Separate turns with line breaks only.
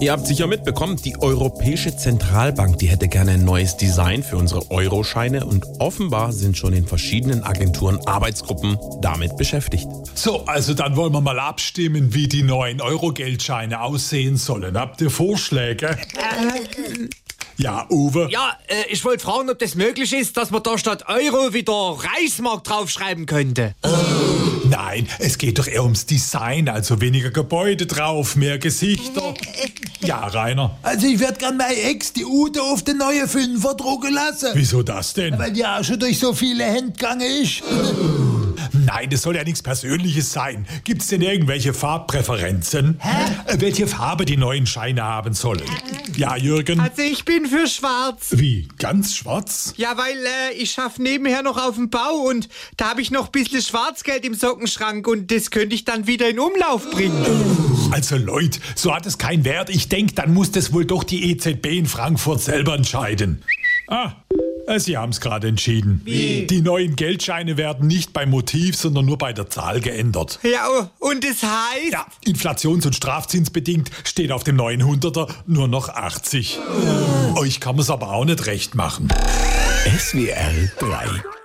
Ihr habt sicher mitbekommen, die Europäische Zentralbank, die hätte gerne ein neues Design für unsere Euroscheine und offenbar sind schon in verschiedenen Agenturen Arbeitsgruppen damit beschäftigt.
So, also dann wollen wir mal abstimmen, wie die neuen Euro-Geldscheine aussehen sollen. Habt ihr Vorschläge? Ja, Uwe.
Ja, äh, ich wollte fragen, ob das möglich ist, dass man da statt Euro wieder Reichsmark draufschreiben könnte.
Nein, es geht doch eher ums Design, also weniger Gebäude drauf, mehr Gesichter. Ja, Rainer.
Also ich werd gern meine Ex, die Ute, auf den neuen Fünfer drucken lassen.
Wieso das denn?
Weil die auch schon durch so viele Hände gegangen ist.
Nein, das soll ja nichts Persönliches sein. Gibt's denn irgendwelche Farbpräferenzen? Hä? Welche Farbe die neuen Scheine haben sollen? Ja, Jürgen.
Also ich bin für schwarz.
Wie? Ganz schwarz?
Ja, weil äh, ich schaff nebenher noch auf dem Bau und da habe ich noch ein bisschen Schwarzgeld im Sockenschrank und das könnte ich dann wieder in Umlauf bringen.
Also Leute, so hat es keinen Wert. Ich denk, dann muss das wohl doch die EZB in Frankfurt selber entscheiden. Ah, äh, Sie haben es gerade entschieden. Wie? Die neuen Geldscheine werden nicht beim Motiv, sondern nur bei der Zahl geändert.
Ja, oh, und es heißt...
Ja, inflations- und strafzinsbedingt steht auf dem 900er nur noch 80. Euch kann man es aber auch nicht recht machen.
SWR 3